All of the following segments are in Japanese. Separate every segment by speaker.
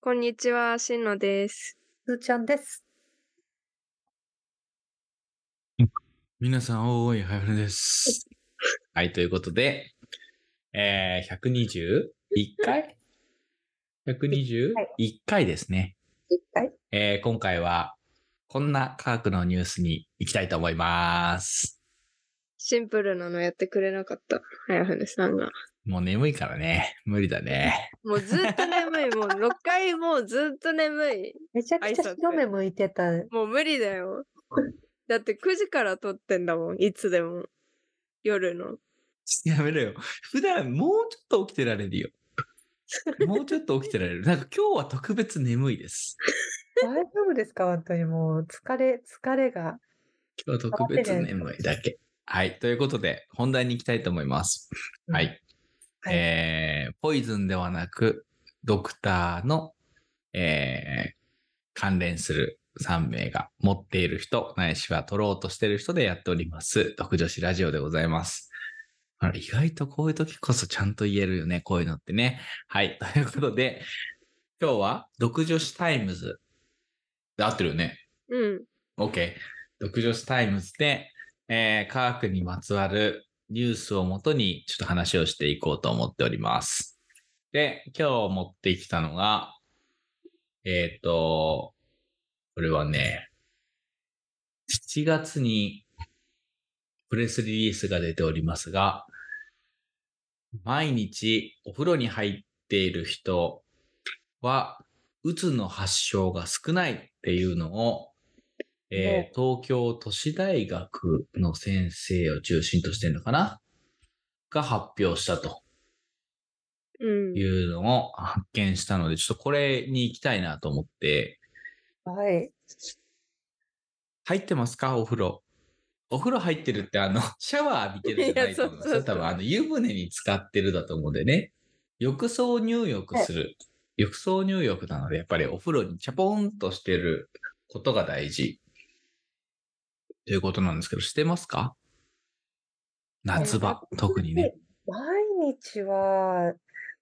Speaker 1: こんにちは、しんのです。
Speaker 2: すーちゃんです。
Speaker 3: 皆さん、おーい、はやるです。 はい、ということで、えー、121回 ?121 回ですね。
Speaker 2: 一回
Speaker 3: えー、今回は、こんな科学のニュースに行きたいと思います。
Speaker 1: シンプルなのやってくれなかった、早船さんが。
Speaker 3: もう眠いからね。無理だね。
Speaker 1: もうずっと眠い、もう6回もうずっと眠い。
Speaker 2: めちゃくち
Speaker 1: 挨
Speaker 2: ゃ
Speaker 1: 拶
Speaker 2: 白目向いてた。
Speaker 1: もう無理だよ。だって9時から撮ってんだもん、いつでも。夜の。
Speaker 3: やめろよ。普段、もうちょっと起きてられるよ。もうちょっと起きてられる。なんか今日は特別眠いです。
Speaker 2: 大丈夫ですか本 当にもう疲れ、疲れが。
Speaker 3: 今日は特別眠いだけ。はい。ということで、本題に行きたいと思います。はい。
Speaker 2: はい
Speaker 3: えー、ポイズンではなく、ドクターの、えー、関連する3名が持っている人、ないしは取ろうとしている人でやっております、独女子ラジオでございます。あれ意外とこういう時こそちゃんと言えるよね、こういうのってね。はい。ということで、今日は、独女子タイムズ。で合ってるよね。
Speaker 1: うん。
Speaker 3: OK。独女子タイムズで、えー科学にまつわるニュースをもとにちょっと話をしていこうと思っております。で、今日持ってきたのが、えっ、と、これはね、7月にプレスリリースが出ておりますが、毎日お風呂に入っている人は、うつの発症が少ないっていうのを、えー東京都市大学の先生を中心としてるのかなが発表したと
Speaker 1: うん。
Speaker 3: いうのを発見したので、ちょっとこれに行きたいなと思って、
Speaker 2: はい。
Speaker 3: 入ってますかお風呂。お風呂入ってるって、あの、 シャワー浴びてるじゃないと思います
Speaker 1: いやそうそうそ
Speaker 3: よ。
Speaker 1: う
Speaker 3: 多分、あの、湯船に使ってるだと思うんでね。浴槽入浴する。浴槽入浴なので、やっぱりお風呂にチャポンとしてることが大事。ということなんですけど、してますか夏場、特にね。
Speaker 2: 毎日は、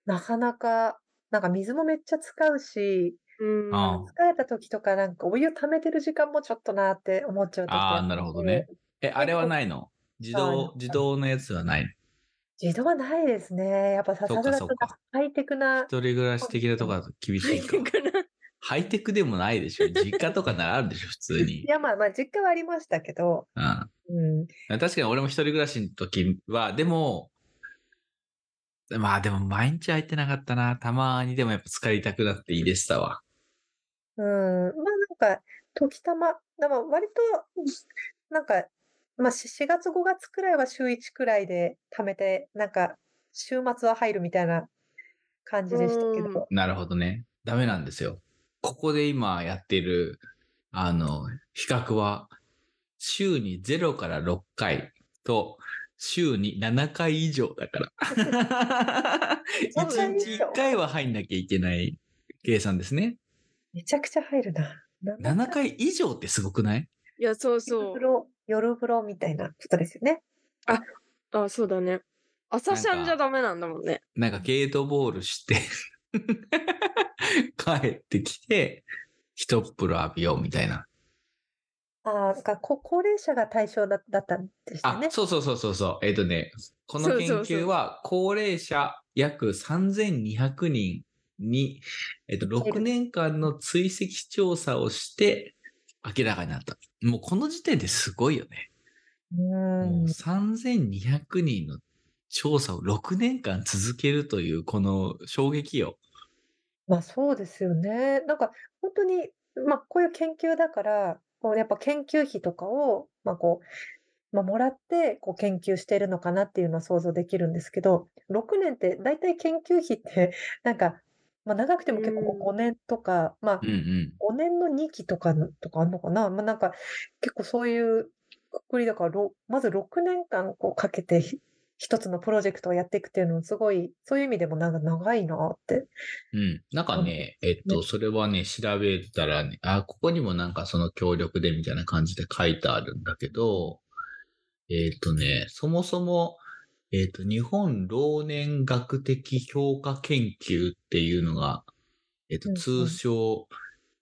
Speaker 2: なかなか、なんか水もめっちゃ使うし、
Speaker 1: うん。
Speaker 3: ああ
Speaker 2: 疲れた時とかなんかお湯溜めてる時間もちょっとなって思っちゃう時
Speaker 3: あーなるほどね。え、あれはないの自動、自動のやつはないの
Speaker 2: 自動はないですね。やっぱさ
Speaker 3: そ
Speaker 2: さ
Speaker 3: う
Speaker 2: す
Speaker 3: か
Speaker 2: が
Speaker 3: そう
Speaker 2: と
Speaker 3: か
Speaker 2: ハイテクな、
Speaker 3: 一人暮らし的なとこだと厳し
Speaker 1: 入
Speaker 3: い
Speaker 1: っ
Speaker 3: か
Speaker 1: て。くな
Speaker 3: ハイテクでもないでしょ。実家とかならあるでしょ、普通に
Speaker 2: い。やまあまあ実家はありましたけど、
Speaker 3: うん
Speaker 2: うん、
Speaker 3: 確かに俺も一人暮らしの時は、でも、まあでも毎日空いてなかったな。たまにでもやっぱ疲れたくなっていいでしたわ。
Speaker 2: うん、まあなんか、時たま、でも割と、なんか、まあ4月5月くらいは週1くらいで貯めて、なんか、週末は入るみたいな感じでしたけ
Speaker 1: うん
Speaker 2: ど、
Speaker 3: なるほどね。ダメなんですよ。ここで今やってる、あの、比較は、週に0から6回と、週に7回以上だから。
Speaker 2: そんな
Speaker 3: 1
Speaker 2: に
Speaker 3: 日1回は入んなきゃいけない計算ですね。
Speaker 2: めちゃくちゃ入るな。
Speaker 3: 7回以上ってすごくない
Speaker 1: いや、そう
Speaker 2: 夜
Speaker 1: そう
Speaker 2: 風。呂、夜風呂みたいなことですよね。
Speaker 1: あ、そうだね。朝シャンじゃダメなんだもんね。
Speaker 3: なんかゲートボールして、 帰ってきて、一っ風呂浴びようみたいな。
Speaker 2: ああ、なんかこ高齢者が対象だだったんでした
Speaker 3: あ、
Speaker 2: ね。
Speaker 3: そうそうそうそうそう。えっ、とね、この研
Speaker 1: そうそうそう
Speaker 3: 究は高齢者約3200人に、えっ、と、6年間の追跡調査をして明らかになった。もうこの時点ですごいよね。
Speaker 2: うん
Speaker 3: もう。3200人の調査を6年間続けるというこの衝撃よ。
Speaker 2: まあそうですよね。なんか本当に、まあこういう研究だから、こうやっぱ研究費とかを、まあこう、まあもらってこう研究してるのかなっていうのは想像できるんですけど、6年って大体研究費って、 なんか、まあ長くても結構こう5年とか、まあ
Speaker 3: うんうん。
Speaker 2: 5年の2期とかの、とかあんのかなまあなんか結構そういうくくりだから、ろまず6年間こうかけてひ一つのプロジェクトをやっていくっていうのもすごい、そういう意味でもなんか長いなって。
Speaker 3: うん。なんかね、えっと、それはね、調べたらね、あ、ここにもなんかその協力でみたいな感じで書いてあるんだけど、えっとね、そもそも、えっと、日本老年学的評価研究っていうのが、えっ
Speaker 2: う
Speaker 3: と、
Speaker 2: んうん
Speaker 3: 通称、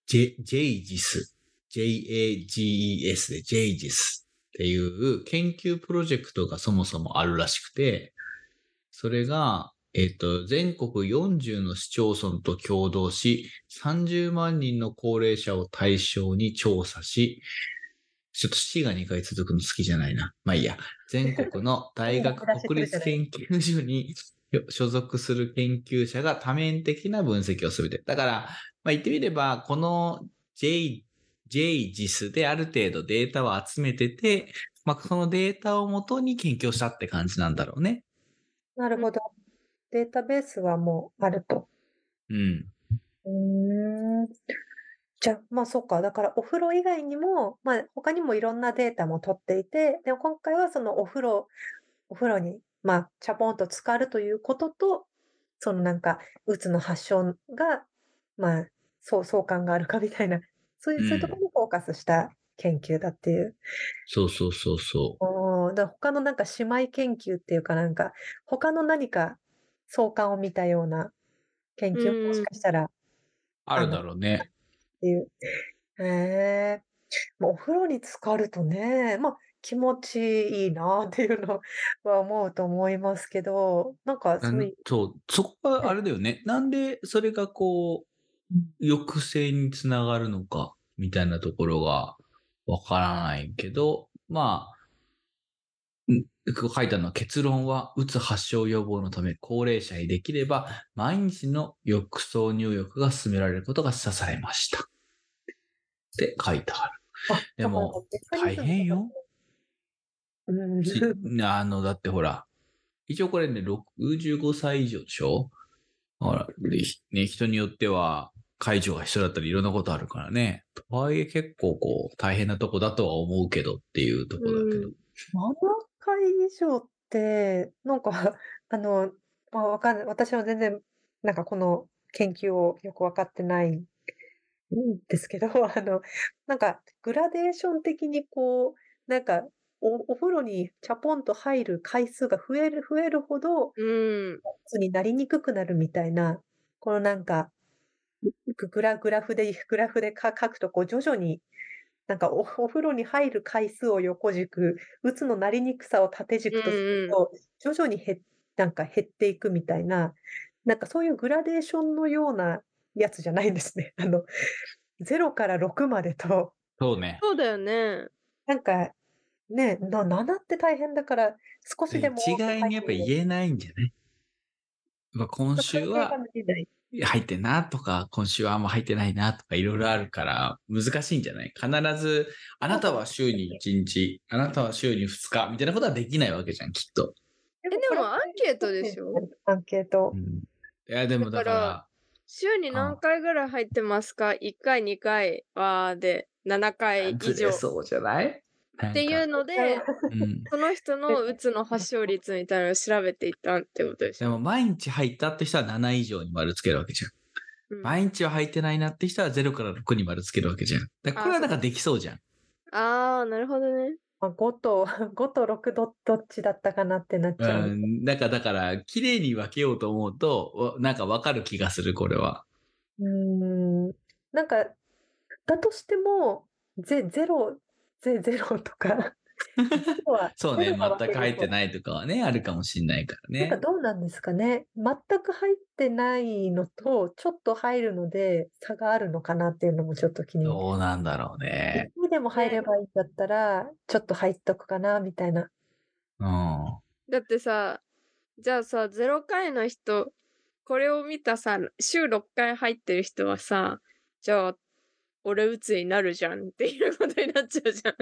Speaker 3: J、JAGES。J-A-G-E-S で JAGES っていう研究プロジェクトがそもそもあるらしくて、それが、えっと、全国40の市町村と共同し、30万人の高齢者を対象に調査し、ちょっと C が2回続くの好きじゃないな。まあいいや。全国の大学
Speaker 2: もう出してく
Speaker 3: 国
Speaker 2: れて
Speaker 3: 立
Speaker 2: ない
Speaker 3: 研究所に 所属する研究者が多面的な分析をするて。だから、まあ言ってみれば、この J、JGIS である程度データを集めてて、まあそのデータをもとに研究をしたって感じなんだろうね。
Speaker 2: なるほど。データベースはもうあると。
Speaker 3: うん。
Speaker 2: うーん。じゃあ、まあそうか。だからお風呂以外にも、まあ他にもいろんなデータも取っていて、でも今回はそのお風呂、お風呂に、まあ、チャポンと浸かるということと、そのなんか、うつの発症が、まあ、そう、相関があるかみたいな、そういう、そういうところにフォーカスした研究だっていう。
Speaker 3: そうそうそうそ
Speaker 2: おーだから他のなんか姉妹研究っていうかなんか他の何か相関を見たような研究
Speaker 1: うん
Speaker 2: ももしかしたらっ
Speaker 3: う。あるだろうね。
Speaker 2: ていう。へえ。まあお風呂に浸かるとね、まあ気持ちいいなっていうのは思うと思いますけど、なんか
Speaker 3: な
Speaker 2: そ
Speaker 3: ん
Speaker 2: ういう、
Speaker 3: そう、そこがあれだよね。なんでそれがこう、抑制につながるのか、みたいなところがわからないけど、まあ、うんこう書いたのは結論は、うつ発症予防のため高齢者にできれば、毎日の浴槽入浴が進められることが示唆されました。って書いてある。
Speaker 2: あ、
Speaker 3: でも
Speaker 2: だからメカニ
Speaker 3: 大
Speaker 2: ズム
Speaker 3: 変よ。
Speaker 2: とか。うん。
Speaker 3: し あの、だってほら、一応これね、65歳以上でしょほら、でね、人によっては、解除が必要だったりいろんなことあるからね。とはいえ結構こう、大変なとこだとは思うけどっていうとこだけど。
Speaker 2: 7回以上って、なんか、 あの、まあ、わかんない。私は全然、なんかこの研究をよくわかってないんですけど、 あの、なんか、グラデーション的にこう、なんか、お、お風呂にチャポンと入る回数が増える、増えるほど、
Speaker 1: うん。
Speaker 2: 鬱になりにくくなるみたいな、このなんか、ググラ、グラフで、グラフでか書くと、こう徐々に、なんかお、お風呂に入る回数を横軸、うつのなりにくさを縦軸とすると、徐々に減っなんか減っていくみたいな、なんかそういうグラデーションのようなやつじゃないんですね。 あの、0から6までと、
Speaker 3: そうね。
Speaker 1: そうだよね。
Speaker 2: なんか、ね、な7って大変だから、少し
Speaker 3: 一
Speaker 2: でも多く
Speaker 3: 概にやっぱ
Speaker 2: 入る
Speaker 3: 言えないんじゃないまあ今週は
Speaker 2: 関係が見えない
Speaker 3: 入ってんなとか、今週はあんま入ってないなとかいろいろあるから難しいんじゃない必ず、あなたは週に1日、あなたは週に2日みたいなことはできないわけじゃん、きっと。
Speaker 2: え、
Speaker 1: え、でもアンケートでしょ
Speaker 2: アンケート
Speaker 3: う。んいや、でも
Speaker 1: だ
Speaker 3: だか、
Speaker 1: からら週に何回ぐらい入ってますか ?1 回、2回はで7回以
Speaker 3: ずれ
Speaker 1: 上。
Speaker 3: そうじゃないっ
Speaker 1: っていうので、
Speaker 3: うん、
Speaker 1: その人のうつの発症率みたいなのを調べていったってことでし
Speaker 3: で
Speaker 1: ょ。
Speaker 3: も毎日入ったって人は7以上に丸つけるわけじゃん。
Speaker 1: うんあ
Speaker 3: 毎日は入ってないなって人は0から6に丸つけるわけじゃん。だからこれはなんかできそうじゃん。
Speaker 1: あー、なるほどね。
Speaker 2: まあ、5と、5と6ど、どっちだったかなってなっち
Speaker 3: う
Speaker 2: ゃう。
Speaker 3: ん、なんかだから、綺麗に分けようと思うと、わなんかわかる気がする、これは。
Speaker 2: うーん。なんか、だとしても、ゼ、ゼロ、ゼ、ゼロと か、そうは
Speaker 3: そうね、
Speaker 2: ゼロが分
Speaker 3: 全
Speaker 2: け
Speaker 3: く入って
Speaker 2: い。
Speaker 3: ないとかはね、あるかもしんないから
Speaker 2: なん
Speaker 3: ね
Speaker 2: か。どうなんですかね。全く入ってないのと、ちょっと入るので、差があるのかなっていうのもちょっと気に。
Speaker 3: どうなんだろうね。
Speaker 2: 一回でも入ればいいんだったら、ちょっと入っとくかな、みたいな。
Speaker 3: うん。
Speaker 1: だってさ、じゃあさ、0回の人、これを見たさ、週6回入ってる人はさ、じゃあ、俺うつになるじゃんっていうことになっちゃうじゃん。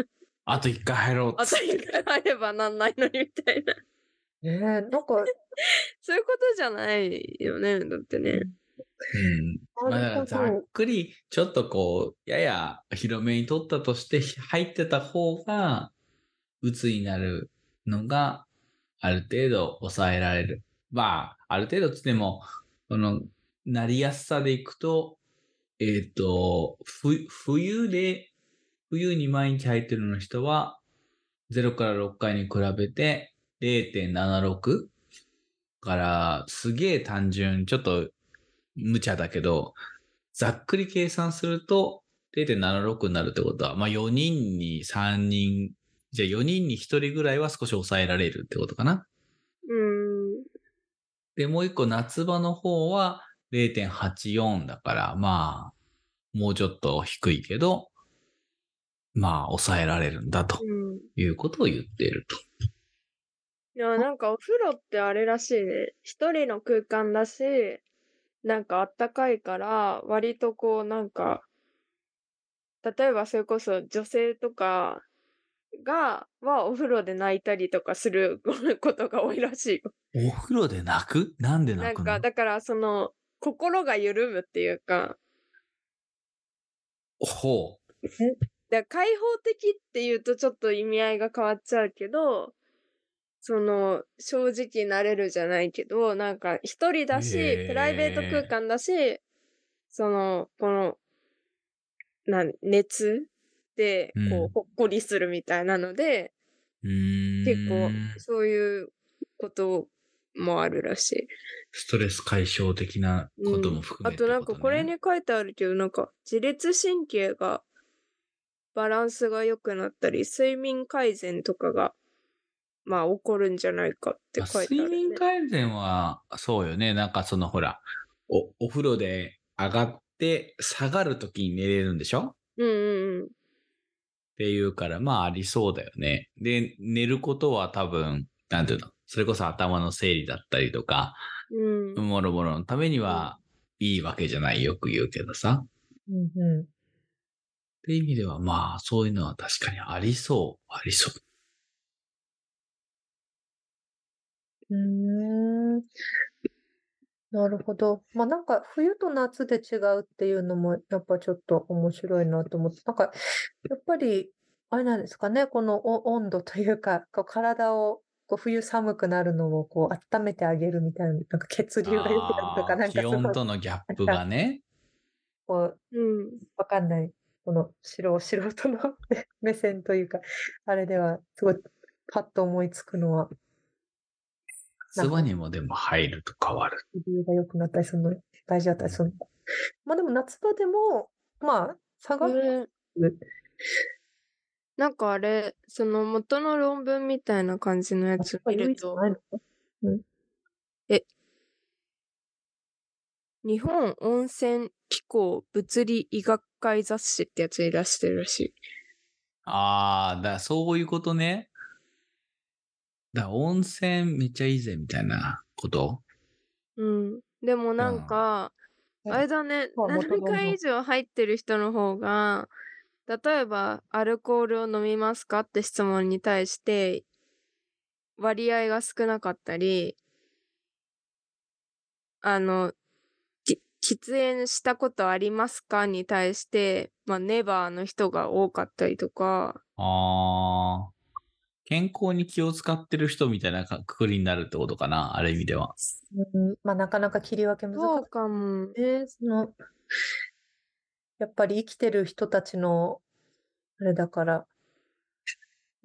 Speaker 3: あと1回入ろうっ
Speaker 1: あ
Speaker 3: つ
Speaker 1: と
Speaker 3: って
Speaker 1: 1回入ればなんないのにみたいな。
Speaker 2: ねえ、なんか、
Speaker 1: そういうことじゃないよね、だってね。
Speaker 3: うん。 まあ、
Speaker 2: な
Speaker 3: だから
Speaker 2: る
Speaker 3: ざ
Speaker 2: ほど
Speaker 3: っ。くり、ちょっとこう、やや広めに取ったとして、入ってた方が、鬱になるのが、ある程度抑えられる。まあ、ある程度っつっても、この、なりやすさでいくと、えっ、と、ふ、冬で、冬に毎日入ってるの人は、0から6回に比べて、0.76から、すげえ単純、ちょっと、無茶だけど、ざっくり計算すると0.76になるってことは、まあ4人に3人、じゃあ4人に1人ぐらいは少し抑えられるってことかな。
Speaker 1: うん。
Speaker 3: で、もう一個夏場の方は0.84だから、まあ、もうちょっと低いけど、まあ、抑えられるんだと
Speaker 1: うん。
Speaker 3: いうことを言っていると。
Speaker 1: いや、なんかお風呂ってあれらしいね。一人の空間だし、なんかあったかいから、割とこうなんか、例えばそれこそ女性とかが、はお風呂で泣いたりとかする ことが多いらしいよ。
Speaker 3: お風呂で泣くなんで
Speaker 1: な
Speaker 3: 泣
Speaker 1: ん
Speaker 3: くの
Speaker 1: か、だからその、心が緩むっていうか、
Speaker 3: ほう。
Speaker 1: だから開放的っていうとちょっと意味合いが変わっちゃうけど、その、正直なれるじゃないけど、なんか一人だし、
Speaker 3: へー
Speaker 1: プライベート空間だし、その、この、なん、熱で、こ
Speaker 3: うん
Speaker 1: う、ほっこりするみたいなので、
Speaker 3: うーん
Speaker 1: 結構、そういうこともあるらしい。
Speaker 3: ストレス解消的なことも含
Speaker 1: あ
Speaker 3: めて、
Speaker 1: となんかこれに書いてあるけど、なんか自律神経がバランスが良くなったり、睡眠改善とかが、まあ起こるんじゃないかって書いてある、
Speaker 3: 睡
Speaker 1: ね。
Speaker 3: 眠改善は、そうよね。なんかそのほら、お、お風呂で上がって下がるときに寝れるんでしょ
Speaker 1: うんうんうん。
Speaker 3: っていうから、まあありそうだよね。で、寝ることは多分、なんていうのそれこそ頭の整理だったりとか、
Speaker 1: うん、
Speaker 3: もろもろのためには、いいわけじゃないよく言うけどさ。っ
Speaker 2: うんうん。
Speaker 3: ていう意味では、まあ、そういうのは確かにありそう、ありそう。
Speaker 2: うーんなるほど。まあなんか冬と夏で違うっていうのもやっぱちょっと面白いなと思って、なんかやっぱりあれなんですかね、このお温度というか、こう体をこう冬寒くなるのをこう温めてあげるみたいな、なんか血流が良くなるとか、な
Speaker 3: あー
Speaker 2: んか
Speaker 3: 気
Speaker 2: すごい
Speaker 3: 温とのギャップがね。
Speaker 2: こう
Speaker 1: うん。
Speaker 2: わかんない、この素 素人の目線というか、あれではすごいパッと思いつくのは なん
Speaker 3: 夏
Speaker 2: か
Speaker 3: 場にもでも入ると変わる。
Speaker 2: 理由が良くなったりするの大事だったりするのまあでも夏場でもまあ下がる、
Speaker 1: ねなんかあれ、その元の論文みたいな感じのやつ見ると、
Speaker 2: ないの
Speaker 1: 日本温泉機構物理医学会雑誌ってやつに出してるらしい。
Speaker 3: ああ、だそういうことね。だ温泉めっちゃいいぜみたいなこと
Speaker 1: うん。でもなんか、
Speaker 2: うん
Speaker 1: あれだね、
Speaker 2: まあ元
Speaker 1: 7
Speaker 2: 々
Speaker 1: 回以上入ってる人の方が、例えば、アルコールを飲みますかって質問に対して、割合が少なかったり、あの、き喫煙したことありますかに対して、まあ、ネバーの人が多かったりとか、
Speaker 3: ああ。健康に気を使ってる人みたいなくくりになるってことかな、ある意味では。
Speaker 2: うんまあなかなか切り分け難
Speaker 1: そう
Speaker 2: し
Speaker 1: かも。
Speaker 2: いねそのやっぱり生きてる人たちのあれだから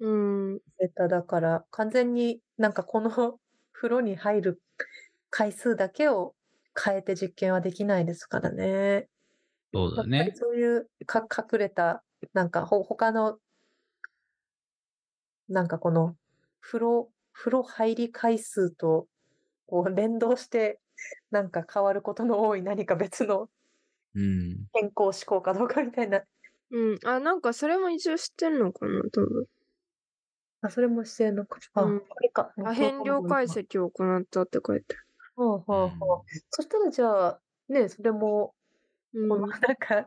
Speaker 1: うん。
Speaker 2: データだから完全になんかこの風呂に入る回数だけを変えて実験はできないですからね。
Speaker 3: そう
Speaker 2: やっ
Speaker 3: だ
Speaker 2: ぱり
Speaker 3: ね。
Speaker 2: そういうか隠れた、なんかほ他の、なんかこの、風呂、風呂入り回数と、こう連動して、なんか変わることの多い何か別の
Speaker 3: うん。
Speaker 2: 健康志向かどうかみたいな、
Speaker 1: うん。あ、なんかそれも一応知ってんのかな、多分。
Speaker 2: あ、それもしてんのか。あ、
Speaker 1: うん
Speaker 2: これか。
Speaker 1: あ変量解。析を行ったって書いてある。
Speaker 2: ほうほうほう。そしたらじゃあ、ね、それも、 この
Speaker 1: うん
Speaker 2: なんか、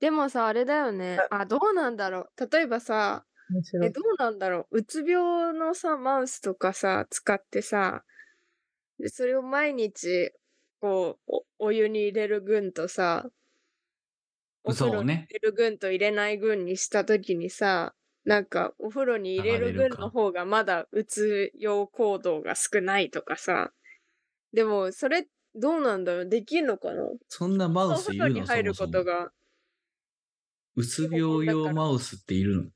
Speaker 1: でもさあれだよねあどうなんだろう例えばさ
Speaker 2: 面白
Speaker 1: え
Speaker 2: い。
Speaker 1: どうなんだろううつ病のさマウスとかさ使ってさでそれを毎日こうおお湯に入れる群とさお風
Speaker 3: そ
Speaker 1: 呂
Speaker 3: う
Speaker 1: に
Speaker 3: ね
Speaker 1: 入。れる群と入れない群にした時にさなんかお風呂に入れる
Speaker 3: 流れ
Speaker 1: 群
Speaker 3: るか
Speaker 1: の方がまだうつ用行動が少ないとかさでもそれどうなんだろうできんのかな
Speaker 3: そんなマウ
Speaker 1: お
Speaker 3: ス
Speaker 1: 風
Speaker 3: い
Speaker 1: 呂
Speaker 3: る
Speaker 1: に
Speaker 3: のそ
Speaker 1: 入
Speaker 3: も
Speaker 1: る
Speaker 3: そ
Speaker 1: こ
Speaker 3: も
Speaker 1: とが
Speaker 3: うつ病用マウスっているの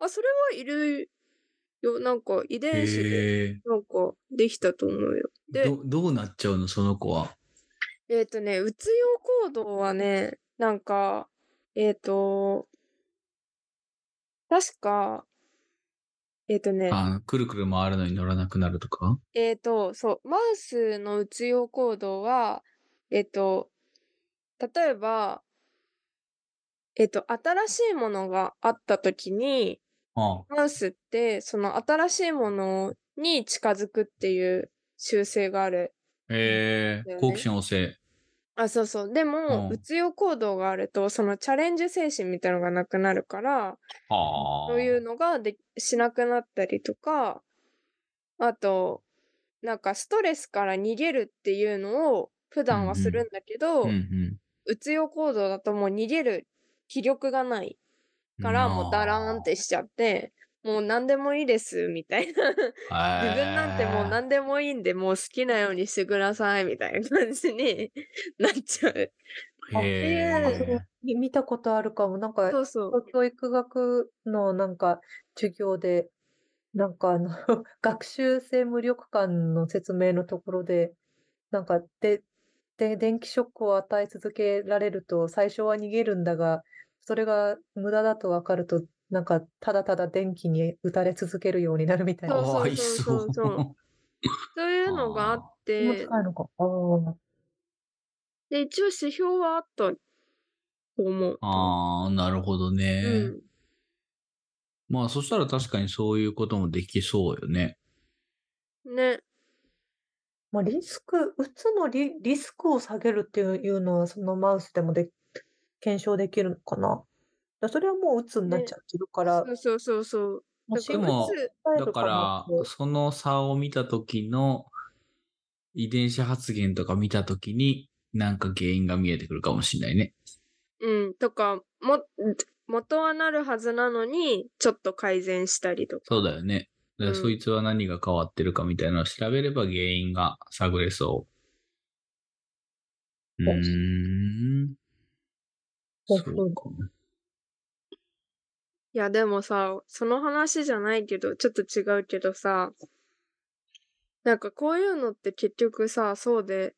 Speaker 1: あ、それはいるよ。なんか遺伝子で、
Speaker 3: へえ。
Speaker 1: なんかできたと思うよ。で
Speaker 3: どどうなっちゃうのその子は。
Speaker 1: えっ、とね、うつ用行動はね、なんか、えっ、と、確か、えっ、とね、
Speaker 3: あくるくる回るのに乗らなくなるとか
Speaker 1: えっ、と、そう、マウスのうつ用行動は、えっ、と、例えば、えっ、と、新しいものがあったときに、
Speaker 3: あ
Speaker 1: マウスって、その新しいものに近づくっていう習性がある。
Speaker 3: え
Speaker 1: だよ
Speaker 3: ー、
Speaker 1: ね
Speaker 3: 好奇心旺盛。
Speaker 1: あ、そうそう。で
Speaker 3: うん
Speaker 1: も、うつよ行動があると、そのチャレンジ精神みたいのがなくなるから、
Speaker 3: ああ。
Speaker 1: そういうのがでしなくなったりとか、あと、なんかストレスから逃げるっていうのを普段はするんだけど、
Speaker 3: う
Speaker 1: うん
Speaker 3: うん
Speaker 1: つよ行動だともう逃げる気力がないから、もうダラーンっ。てしちゃって、もう何でもいいです、みたい な。
Speaker 3: あー
Speaker 1: 自分なんてもう何でもいいんで、もう好きなようにしてください、みたいな感じに なっちゃう。
Speaker 3: へ
Speaker 2: あ
Speaker 3: ー
Speaker 2: それみ見たことあるかも。なんか、
Speaker 1: そうそう。
Speaker 2: 教育学のなんか授業で、なんかあの 学習性無力感の説明のところで、なんかで、で、電気ショックを与え続けられると、最初は逃げるんだが、それが無駄だと分かると、なんかただただ電気に打たれ続けるようになるみたい
Speaker 3: か
Speaker 2: な。
Speaker 1: そう
Speaker 3: わいそ
Speaker 1: そうそうそう
Speaker 3: う。
Speaker 1: そういうのがあっ
Speaker 2: 気も
Speaker 1: て、
Speaker 2: 近いのか。ああ。
Speaker 1: で、一応指標はあったと思う。
Speaker 3: ああ、なるほどね。
Speaker 1: うん。
Speaker 3: まあそしたら確かにそういうこともできそうよね。
Speaker 1: ね。
Speaker 2: まあ、リスク、うつのリ、リスクを下げるっていうのは、そのマウスでもで、検証できるのかな。だそれはもううつになっ
Speaker 1: ね
Speaker 2: ちゃってるから、
Speaker 1: そうそうそうそう。
Speaker 2: もう
Speaker 1: だか
Speaker 2: 心
Speaker 1: ら
Speaker 3: で
Speaker 1: う
Speaker 3: も
Speaker 1: つ
Speaker 2: 配
Speaker 3: だ
Speaker 2: と
Speaker 3: か
Speaker 2: も
Speaker 3: らその差を見た時の遺伝子発現とか見た時になんか原因が見えてくるかもしれないね。
Speaker 1: うん。とか、も、元はなるはずなのに、ちょっと改善したりとか。
Speaker 3: そうだよね。だから
Speaker 1: うん
Speaker 3: そいつは何が変わってるかみたいなのを調べれば原因が探れそう。う
Speaker 2: そう
Speaker 3: ーん。
Speaker 2: そう
Speaker 3: そう
Speaker 2: そう
Speaker 3: か。
Speaker 1: いや、でもさ、その話じゃないけど、ちょっと違うけどさ、なんかこういうのって結局さ、そうで、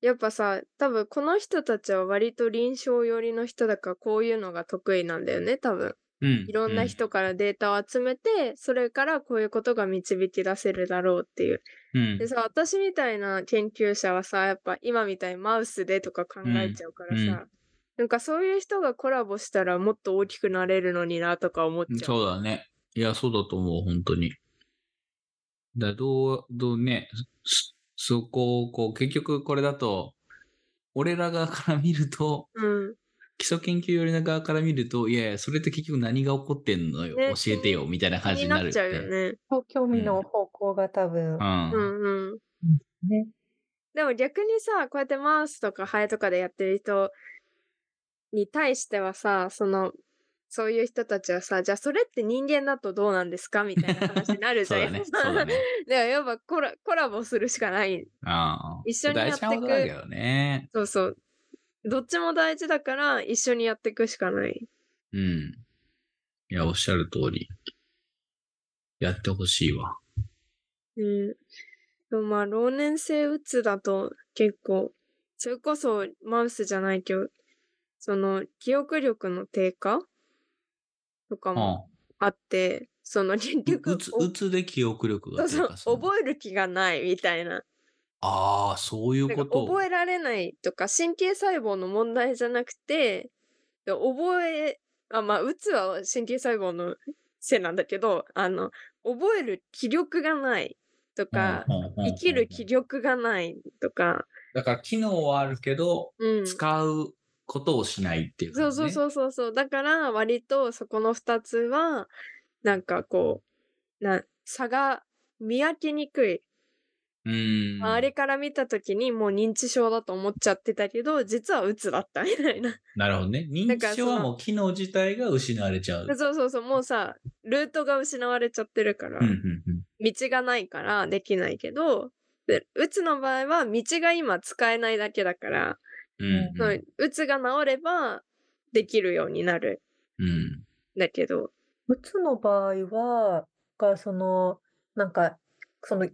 Speaker 1: やっぱさ、多分この人たちは割と臨床寄りの人だからこういうのが得意なんだよね、多分。
Speaker 3: うん。
Speaker 1: いろんな人からデータを集めて、それからこういうことが導き出せるだろうっていう。
Speaker 3: うん。
Speaker 1: でさ、私みたいな研究者はさ、やっぱ今みたいにマウスでとか考えちゃうからさ、
Speaker 3: うんうん
Speaker 1: なんかそういう人がコラボしたらもっと大きくなれるのになとか思っちゃう。
Speaker 3: そうだね。いや、そうだと思う、本当に。だどう、どうね、そそこを、こう、結局これだと、俺ら側から見ると、
Speaker 1: うん。
Speaker 3: 基礎研究よりの側から見ると、いやいや、それって結局何が起こってんのよ、
Speaker 1: ね
Speaker 3: 教えてよ、みたいな感じ
Speaker 1: に
Speaker 3: に
Speaker 1: な
Speaker 3: な
Speaker 1: っ
Speaker 3: る
Speaker 1: ちゃうよ。ね。
Speaker 2: そう興味の方向が多分、
Speaker 1: う
Speaker 3: うん。
Speaker 1: んうん。
Speaker 2: ね。
Speaker 1: でも逆にさ、こうやってマウスとかハエとかでやってる人に対してはさ、その、そういう人たちはさ、じゃあそれって人間だとどうなんですかみたいな話になるじ
Speaker 3: そ
Speaker 1: ゃ。
Speaker 3: うんだね。そうだね。
Speaker 1: でもやっぱコラコラボするしかない。
Speaker 3: ああ。
Speaker 1: 一緒にやってく
Speaker 3: 大事なことだけどね。
Speaker 1: そうそう。どっちも大事だから一緒にやっていくしかない。
Speaker 3: うん。いや、おっしゃる通り。やってほしいわ。
Speaker 1: うん。でもまあ、老年性うつだと結構、それこそマウスじゃないけど、その記憶力の低下とか
Speaker 3: う
Speaker 1: も
Speaker 3: ん。
Speaker 1: あって、その結
Speaker 3: う
Speaker 1: 局
Speaker 3: うつ、
Speaker 1: お
Speaker 3: うつで記憶力
Speaker 1: そ
Speaker 3: が
Speaker 1: う
Speaker 3: 低
Speaker 1: そう
Speaker 3: 下するの。
Speaker 1: 覚える気がないみたいな。
Speaker 3: ああ、そういう
Speaker 1: なん
Speaker 3: こ
Speaker 1: か
Speaker 3: と。
Speaker 1: 覚えられないとか神経細胞の問題じゃなくてで覚えあまあうつは神経細胞のせいなんだけどあの覚える気力がないとか、
Speaker 3: うんうんうんうん
Speaker 1: 生きる気力がないとか、
Speaker 3: だから機能はあるけど、
Speaker 1: うん、
Speaker 3: 使うことをしないっていう
Speaker 1: そ
Speaker 3: 感
Speaker 1: う
Speaker 3: じ
Speaker 1: そう
Speaker 3: ね、う
Speaker 1: そうそうそう。だから割とそこの2つはなんかこうな差が見分けにくい。
Speaker 3: ーん。
Speaker 1: 周りから見た時にもう認知症だと思っちゃってたけど実はうつだったみたいな。
Speaker 3: なるほどね。認知症はもう機能自体が失われちゃう。
Speaker 1: そうそうそうもうさルートが失われちゃってるから、
Speaker 3: うんうんうん。
Speaker 1: 道がないからできないけどでうつの場合は道が今使えないだけだから、
Speaker 3: うん
Speaker 1: そのうつが治ればできるようになる
Speaker 3: うん。うん。
Speaker 1: んだけど
Speaker 2: うつの場合は、がその、なんか、その、言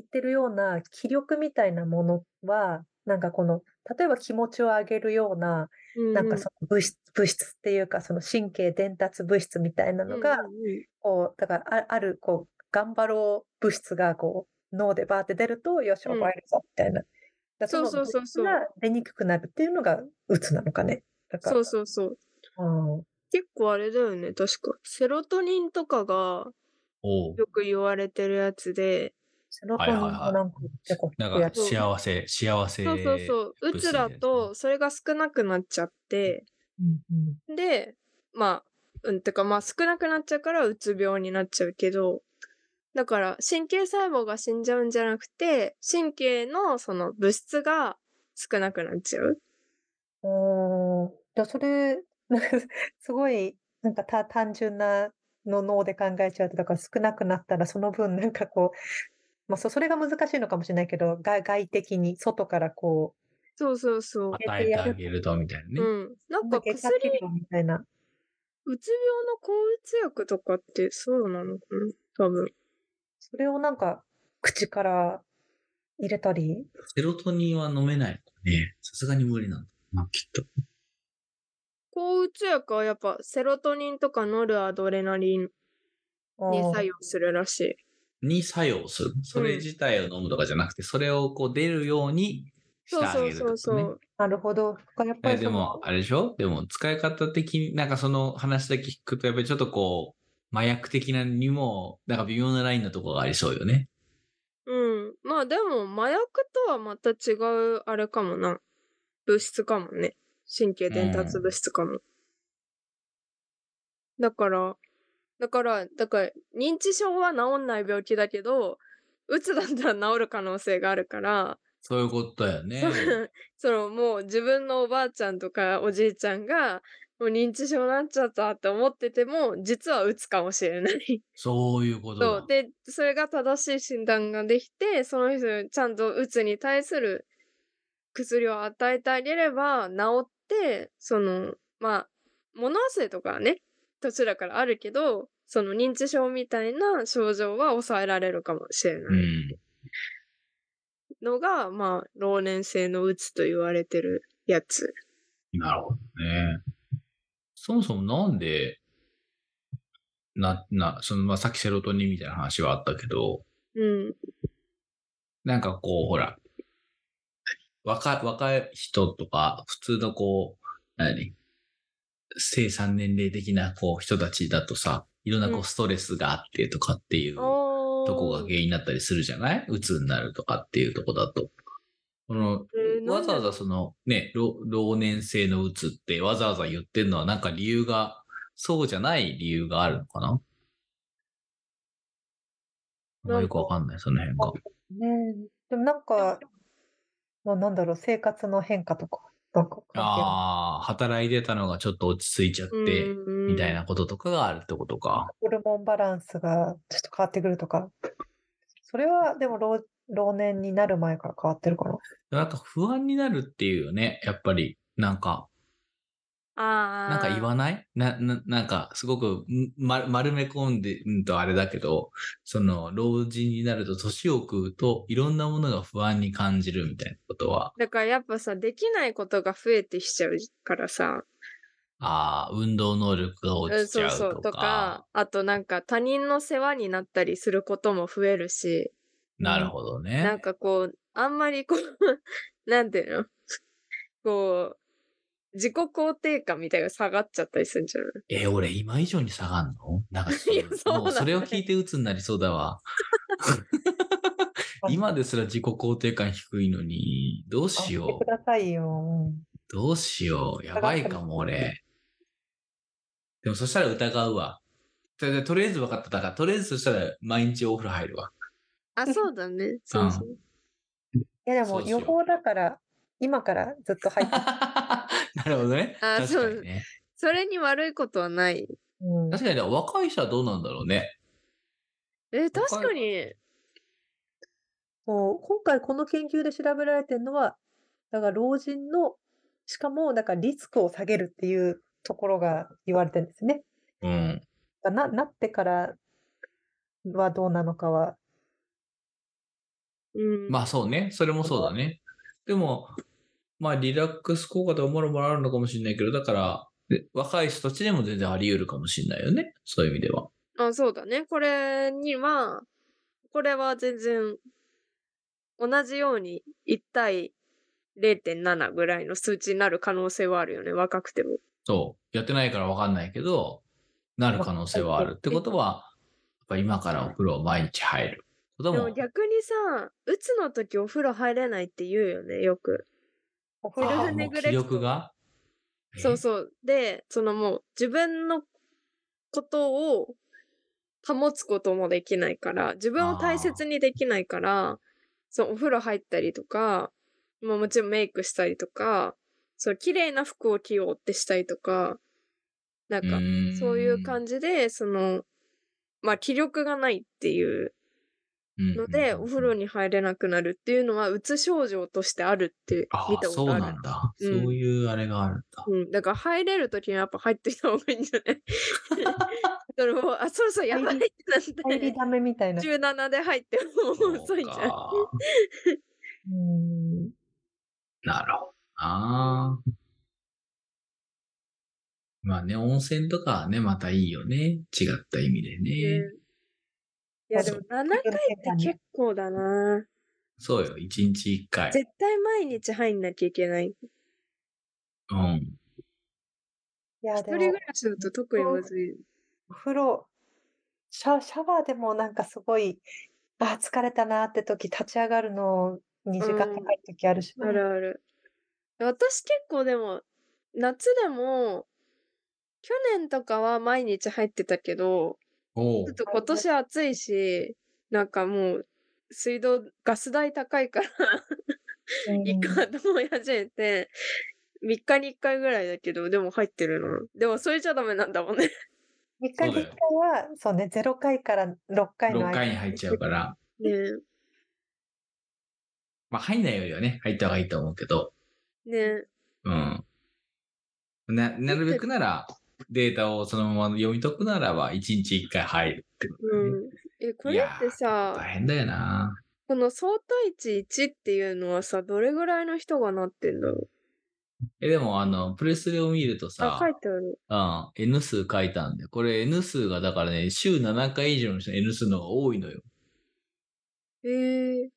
Speaker 2: ってるような気力みたいなものは、なんかこの、例えば気持ちを上げるような、なんかその物質、物質っていうか、その神経伝達物質みたいな
Speaker 1: う
Speaker 2: のが、こう、だからあ、ある、こう、頑張ろう物質が、こう、脳でバーって出ると、よし、
Speaker 1: うん
Speaker 2: 覚えるぞ、みたいな。だ
Speaker 1: そうそうそうそう
Speaker 2: の物質が出にくくなるっていうのが、うつなのかね。だから
Speaker 1: そうそうそう。
Speaker 2: うん
Speaker 1: 結構あれだよね、確か。セロトニンとかが
Speaker 3: おう
Speaker 1: よく言われてるやつで、
Speaker 2: セロトニンもなんか結構
Speaker 3: な
Speaker 2: 効くや
Speaker 3: んか
Speaker 2: つ
Speaker 1: そう
Speaker 3: 幸せ、幸せ。
Speaker 1: そうそうそう、うつだとそれが少なくなっちゃって、
Speaker 2: うんうん
Speaker 1: で、まあ、うん、てかまあ少なくなっちゃうからうつ病になっちゃうけど、だから神経細胞が死んじゃうんじゃなくて、神経のその物質が少なくなっちゃう。
Speaker 2: おーじゃあそれ、なんかすごい、なんかた単純なの脳で考えちゃうと、だから少なくなったらその分なんかこう、まあそ、それが難しいのかもしれないけど、外、外的に外からこ
Speaker 1: そうそうそう。
Speaker 3: 与えてあげると、みたいなね。
Speaker 1: うん。な
Speaker 2: う、
Speaker 1: んか薬、
Speaker 2: 下
Speaker 1: うつ
Speaker 2: 剤治療みたいな。
Speaker 1: 病の抗うつ薬とかってそうなのかな多分。
Speaker 2: それをなんか口から入れたり、
Speaker 3: セロトニンは飲めないからね。さすがに無理なんだ。まあ、きっと。
Speaker 1: 抗うつ薬はやっぱセロトニンとかノルアドレナリンに
Speaker 2: あー
Speaker 1: 作用するらしい。
Speaker 3: に作用する。それ自体を飲むとかじゃなくて、それをこう出るようにし
Speaker 1: そう
Speaker 3: てあげ
Speaker 1: そ
Speaker 3: る
Speaker 1: う
Speaker 3: って
Speaker 1: そ
Speaker 3: こ
Speaker 1: う
Speaker 3: と
Speaker 1: そ
Speaker 3: ね。
Speaker 1: う。
Speaker 2: なるほど。だからやっぱ
Speaker 3: え
Speaker 2: り
Speaker 3: で
Speaker 2: その
Speaker 3: も、、あれでしょでも、使い方的に、なんかその話だけ聞くと、やっぱりちょっとこう、麻薬的なにも、なんか微妙なラインのところがありそうよね。
Speaker 1: うん。まあでも麻薬とはまた違うあれかもな。物質かもね。神経伝達物質かも。だから、だから、だから認知症は治んない病気だけど、うつだったら治る可能性があるから、
Speaker 3: そういうことだよね。
Speaker 1: そのもう自分のおばあちゃんとかおじいちゃんがもう認知症になっちゃったって思ってても実はうつかもしれない。
Speaker 3: そういうこと
Speaker 1: そう
Speaker 3: だ。
Speaker 1: でそれが正しい診断ができてその人にちゃんとうつに対する薬を与えてあげれば治ってそのまあ物忘れとかはね途中だからあるけどその認知症みたいな症状は抑えられるかもしれ
Speaker 3: う
Speaker 1: ない
Speaker 3: ん。
Speaker 1: のが、まあ老年性のうつと言われてるやつ。
Speaker 3: なるほどね。そもそもなんで、な、な、その、まあ、さっきセロトニンみたいな話はあったけど、
Speaker 1: うん。
Speaker 3: なんかこう、ほら、若い、若い人とか、普通のこう、何生産年齢的なこう人たちだとさ、いろんなこ
Speaker 1: う
Speaker 3: うんストレスがあってとかっていうと
Speaker 1: お
Speaker 3: こが原因になったりするじゃない鬱になるとかっていうとこだと。この
Speaker 1: えー
Speaker 3: わざわ
Speaker 1: なんで
Speaker 3: ざそのね、老老年性のうつってわざわざ言ってるのはなんか理由が、そうじゃない理由があるのかなあんまよくわかんない、その辺が。
Speaker 2: ね、でもなんか、まあなんだろう、生活の変化とか、なんか関係ある
Speaker 3: ああ、働いてたのがちょっと落ち着いちゃって、
Speaker 1: うん
Speaker 3: みたいなこととかがあるってことか。
Speaker 2: ホルモンバランスがちょっと変わってくるとか。それはでも老、老年になる前から変わってるかな。
Speaker 3: なんか不安になるっていうよね、やっぱり。なんか、
Speaker 1: ああ。
Speaker 3: なんか言わないな、な、なんかすごく、んま、丸め込んで、うんとあれだけど、その、老人になると年を食うと、いろんなものが不安に感じるみたいなことは、
Speaker 1: だからやっぱさ、できないことが増えてきちゃうからさ。
Speaker 3: ああ、運動能力が落
Speaker 1: うん
Speaker 3: ちち
Speaker 1: そ
Speaker 3: ゃ
Speaker 1: う
Speaker 3: うとか。
Speaker 1: そう。とか、あとなんか他人の世話になったりすることも増えるし、
Speaker 3: なるほどね。
Speaker 1: なんかこう、あんまりこう、 なんていうのこう、自己肯定感みたいなのが下がっちゃったりするんじゃない
Speaker 3: え、俺今以上に下がんのなんか
Speaker 1: いやそうだね
Speaker 3: もうそれを聞いて鬱になりそう だわ。今ですら自己肯定感低いのに、どうし
Speaker 2: あ
Speaker 3: よ
Speaker 2: してくださいよ。
Speaker 3: う。どうしよう。やばいかも、俺。でもそしたら疑うわ。ととりあえず分かった。だから、とりあえずそしたら毎日お風呂入るわ。
Speaker 1: あ、そうだね。そうそう。
Speaker 2: いやで
Speaker 3: そ
Speaker 2: も
Speaker 3: うしよ
Speaker 2: 予
Speaker 3: う
Speaker 2: 防だから、今からずっと入って。
Speaker 3: なるほどね。
Speaker 1: あ
Speaker 3: 確かにね。
Speaker 1: それに悪いことはない。
Speaker 2: うん、
Speaker 3: 確かにね、若い人はどうなんだろうね。
Speaker 1: え、確かに。
Speaker 2: そう今回この研究で調べられてるのは、だから老人の、しかもだからリスクを下げるっていうところが言われてるんですね。
Speaker 3: うん。
Speaker 2: だななってからはどうなのかは、
Speaker 1: うん。
Speaker 3: まあそうね。それもそうだね。でも、まあ、リラックス効果とかもろもろあるのかもしれないけど、だから、で若い人たちでも全然あり得るかもしれないよね。そういう意味では。
Speaker 1: あ、そうだね。これには、これは全然同じように1対0.7ぐらいの数値になる可能性はあるよね。若くても。
Speaker 3: そう。やってないから分かんないけど、なる可能性はある。ってことは、やっぱ今からお風呂を毎日入ること
Speaker 1: で
Speaker 3: も
Speaker 1: も、逆にさ、打つの時お風呂入れないって言うよね、よく。
Speaker 2: お風
Speaker 1: セル
Speaker 2: 呂
Speaker 3: あ
Speaker 1: フ
Speaker 3: ー
Speaker 1: ネ
Speaker 3: も
Speaker 1: グ
Speaker 3: う
Speaker 1: レク
Speaker 3: 気
Speaker 1: ト
Speaker 3: 力が
Speaker 1: そうそう。で、そのもう自分のことを保つこともできないから、自分を大切にできないから、そう、お風呂入ったりとか、まあもちろんメイクしたりとか、そう、綺麗な服を着ようってしたりとか、なんか、そういう感じで、その、まあ気力がないっていう
Speaker 3: じ
Speaker 1: ので、お風呂
Speaker 3: に
Speaker 1: に入れなくなるっていうのは、うつ症状としてあるって
Speaker 3: あ
Speaker 1: 見
Speaker 3: あ、
Speaker 1: たこ
Speaker 3: そう
Speaker 1: とある。
Speaker 3: なんだ。そう
Speaker 1: うん
Speaker 3: いうあれがあるん だ。
Speaker 1: うん、だから入れるときはやっぱ入ってきた方がいいんじゃない それもうあ、そろそろやばいってな
Speaker 2: 入
Speaker 1: って、
Speaker 2: りだめみたいな。
Speaker 1: 17で入っても遅いんじゃん。
Speaker 3: そうか
Speaker 2: うん
Speaker 3: なるほどな。まあね、温泉とかはね、またいいよね。違った意味でね。
Speaker 1: うんいやでも7回って結構だな。
Speaker 3: そうよ、一日一回。
Speaker 1: 絶対毎日入んなきゃいけない。
Speaker 3: うん。
Speaker 2: いや、
Speaker 1: 一
Speaker 2: で
Speaker 1: 人
Speaker 2: も
Speaker 1: 暮らしだと特にむずい。
Speaker 2: お風呂、シャ、シャワーでもなんかすごい、あー、疲れたなって時、立ち上がるの2時間
Speaker 1: うん
Speaker 2: かかる時あるし。
Speaker 1: あるある。私結構でも、夏でも、去年とかは毎日入ってたけど、
Speaker 3: おう
Speaker 1: ちょっと今年暑いし、なんかもう、水道、ガス代高いから、
Speaker 2: うん
Speaker 1: いいかと思い始めて、3日に1回ぐらいだけど、でも入ってるの。でも、それじゃダメなんだもんね。
Speaker 2: 3日に
Speaker 3: そうだ
Speaker 2: 1回
Speaker 3: よ
Speaker 2: は、そうね、0回から6回の
Speaker 3: 6
Speaker 2: 間
Speaker 3: 回に入っちゃうから。
Speaker 1: ね
Speaker 3: まあ、入んないよりはね、入った方がいいと思うけど。
Speaker 1: え。ねえ。
Speaker 3: うん。な、なるべくなら、データをそのまま読み解くならば、一日一回入るってことだね。
Speaker 1: うん。え、これって
Speaker 3: 大
Speaker 1: さ、
Speaker 3: 変だよな。
Speaker 1: この相対値1っていうのはさ、どれぐらいの人がなってんだろう
Speaker 3: え、でも、あの、プレスレを見ると
Speaker 1: あ
Speaker 3: さ、、
Speaker 1: 書いてある。
Speaker 3: うん、N 数書いたんで、これ N 数がだからね、週7回以上の人の N 数の方が多いのよ。
Speaker 1: ええ。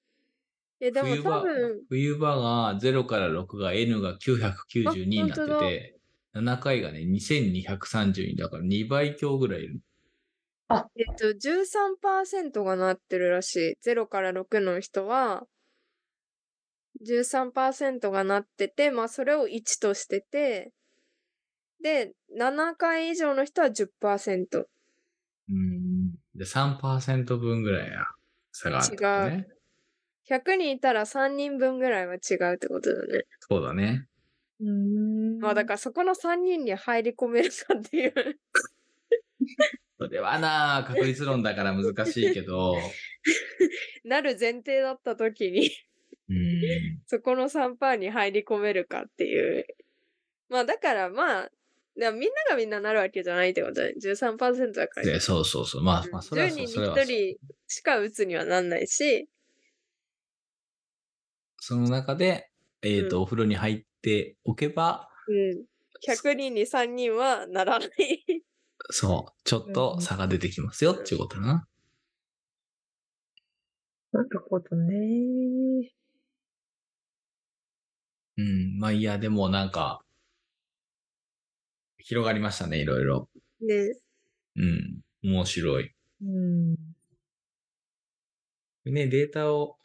Speaker 1: え、でも
Speaker 3: 冬
Speaker 1: 多
Speaker 3: 場
Speaker 1: 分、
Speaker 3: 冬場が0から6が N が992になっ
Speaker 1: あ
Speaker 3: て
Speaker 1: 本
Speaker 3: て、7回がね、2232だから2倍強ぐらいいる。
Speaker 1: えっと、13%がなってるらしい。0から6の人は、13%がなってて、まあ、それを1としてて、で、7回以上の人は10%。
Speaker 3: うん。で、3%分ぐらいな差があるってことね。
Speaker 1: 100人いたら3人分ぐらいは違うってことだね。
Speaker 3: そうだね。
Speaker 2: うーん
Speaker 1: まあ、だからそこの3人に入り込めるかっていう。
Speaker 3: それはなあ、確率論だから難しい けど、
Speaker 1: なる前提だった時に、
Speaker 3: うん。
Speaker 1: そこの3%に入り込めるかっていう。まあ、だからまあ、でもみんながみんななるわけじゃないってことだね。13%だから。
Speaker 3: でそうそうそう。まあ、まあ、それ
Speaker 1: 10
Speaker 3: はそ
Speaker 1: 人
Speaker 3: う、
Speaker 1: に
Speaker 3: それは
Speaker 1: 1人しか打つにはなんないし、
Speaker 3: その中で、えっ、と、
Speaker 1: う
Speaker 3: お風呂に入っておけば、
Speaker 1: うん、100人に3人はならない
Speaker 3: そう、ちょっと差が出てきますよっていうことだな。
Speaker 2: なるほどね。
Speaker 3: うん。まあ、いや、でもなんか、広がりましたね、いろいろ。
Speaker 1: ね。
Speaker 3: うん。面白い。
Speaker 2: うん。
Speaker 3: ね、データを、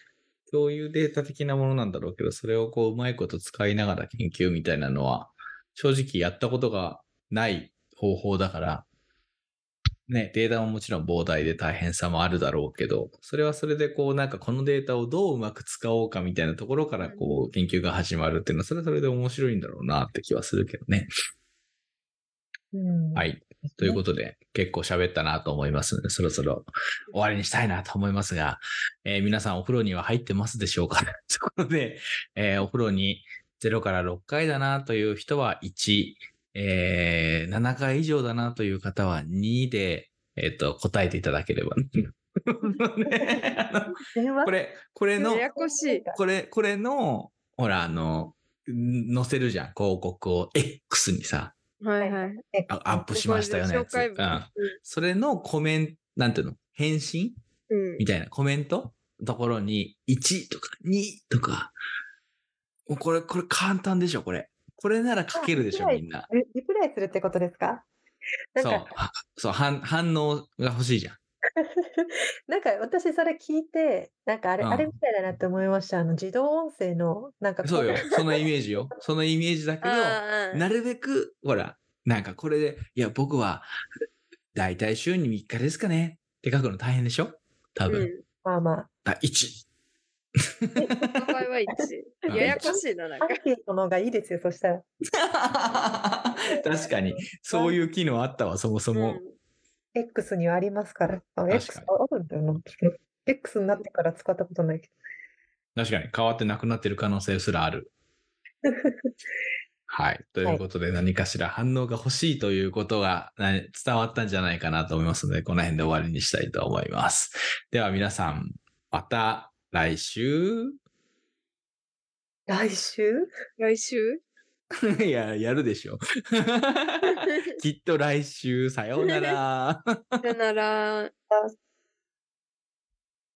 Speaker 3: 共有データ的なものなんだろうけど、それをこう、うまいこと使いながら研究みたいなのは、正直やったことがない方法だから、ね、データももちろん膨大で大変さもあるだろうけど、それはそれでこう、なんかこのデータをどううまく使おうかみたいなところからこう、研究が始まるっていうのは、それはそれで面白いんだろうなって気はするけどね。
Speaker 2: うん
Speaker 3: は。い。ということで、結構喋ったなと思いますので、そろそろ終わりにしたいなと思いますが、えー皆さんお風呂には入ってますでしょうか ということで、えーお風呂に0から6回だなという人は1、えー7回以上だなという方は2で、えっと、答えていただければ、 ねあの
Speaker 2: 電話
Speaker 3: これ、これの、
Speaker 1: ややこしい。
Speaker 3: これ、これの、ほら、あの、ん載せるじゃん、広告を X にさ、
Speaker 1: はいはい。
Speaker 3: あアップしましたよね。
Speaker 1: 紹介文
Speaker 3: うん。それのコメント、なんていうの返信
Speaker 1: うん。
Speaker 3: みたいなコメントのところに、1とか2とか、もうこれ、これ簡単でしょ、これ。これなら書けるでしょ、
Speaker 2: あはい
Speaker 3: みんな。
Speaker 2: リリプライするってことですかなん
Speaker 3: そう
Speaker 2: か、
Speaker 3: はそう反、反応が欲しいじゃん。
Speaker 2: なんか私それ聞いて、なんかあれ、
Speaker 3: うん
Speaker 2: あれみたいだなって思いました。あの自動音声の、なんか
Speaker 3: そうよ
Speaker 2: こ。
Speaker 3: そのイメージよ。そのイメージだけど、
Speaker 1: ああ、
Speaker 3: なるべく、ほら、なんかこれで、いや、僕は、だいたい週に3日ですかねって書くの大変でしょ多分。
Speaker 1: うん。
Speaker 2: まあまあ、
Speaker 3: あ、1。
Speaker 1: 名前は1。ややこしいな、なん
Speaker 2: ア
Speaker 1: か
Speaker 2: ン。ケートの方がいいですよ、そしたら。
Speaker 3: 確かに。そういう機能あったわ、そもそ も。
Speaker 2: X にはありますから。あ、
Speaker 3: かに
Speaker 2: X あるんだよな。X になってから使ったことないけ
Speaker 3: 確かに変わってなくなってる可能性すらある。
Speaker 2: ど。
Speaker 3: はい。ということで何かしら反応が欲しいということがな伝わったんじゃないかなと思いますので、この辺で終わりにしたいと思います。では皆さん、また来週
Speaker 2: 来週
Speaker 1: うん来週
Speaker 3: いや、やるでしょ。 きっと来週、さようなら。
Speaker 1: さよなら。